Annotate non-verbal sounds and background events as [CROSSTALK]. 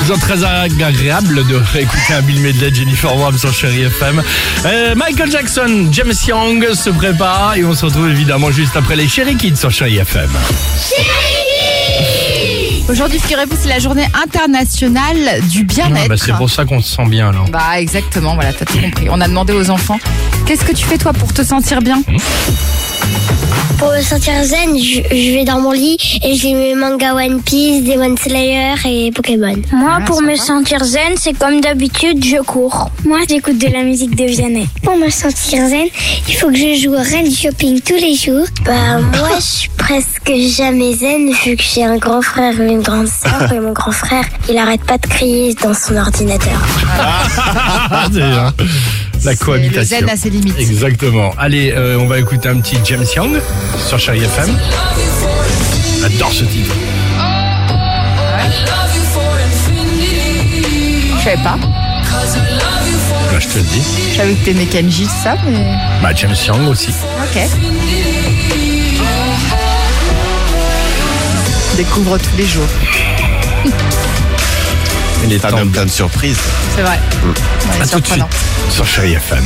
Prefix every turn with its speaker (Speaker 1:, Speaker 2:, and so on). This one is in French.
Speaker 1: toujours très agréable de réécouter un Bill Medley, Jennifer Warm sur Chéri FM. Euh, Michael Jackson, James Young se prépare et on se retrouve évidemment juste après les Chéri Kids sur Chéri Ah, FM.
Speaker 2: Aujourd'hui, figurez-vous, c'est la journée internationale du bien-être.
Speaker 1: Ah bah, c'est pour ça qu'on se sent bien
Speaker 2: [LAUGHS]
Speaker 1: là.
Speaker 2: Bah, exactement, voilà, t'as tout compris. On a demandé aux enfants, qu'est-ce que tu fais toi pour te sentir bien
Speaker 1: Mmh,
Speaker 3: Pour me sentir zen, je, je vais dans mon lit et j'ai mes mangas One Piece, Demon Slayer et Pokémon. Moi, pour me sentir zen, c'est comme d'habitude, je cours. Moi, j'écoute de la musique de Vianney. Pour me sentir zen, il faut que je joue au Ren Shopping tous les jours. Bah, moi, je suis presque jamais zen vu que j'ai un grand frère et une grande sœur. et mon grand frère, il arrête pas de crier dans son ordinateur.
Speaker 1: C'est, hein, La
Speaker 2: Ah, C'est Le
Speaker 1: cohabitation.
Speaker 2: zen à ses limites.
Speaker 1: Exactement. Allez, euh, on va écouter un petit James Young sur Chéri FM. J'adore ce titre.
Speaker 2: Je savais pas.
Speaker 1: Bah, je te le dis.
Speaker 2: Je savais que t'aimais Kenji, tout ça, mais.
Speaker 1: Bah, James Young aussi.
Speaker 2: Ok. Découvre tous les jours.
Speaker 1: Il est
Speaker 4: T'as
Speaker 1: temps
Speaker 4: même
Speaker 1: de-
Speaker 4: plein de surprises.
Speaker 2: C'est vrai. Ouais,
Speaker 1: À Mmh. tout de
Speaker 2: surprenant.
Speaker 1: suite sur Chéri FM.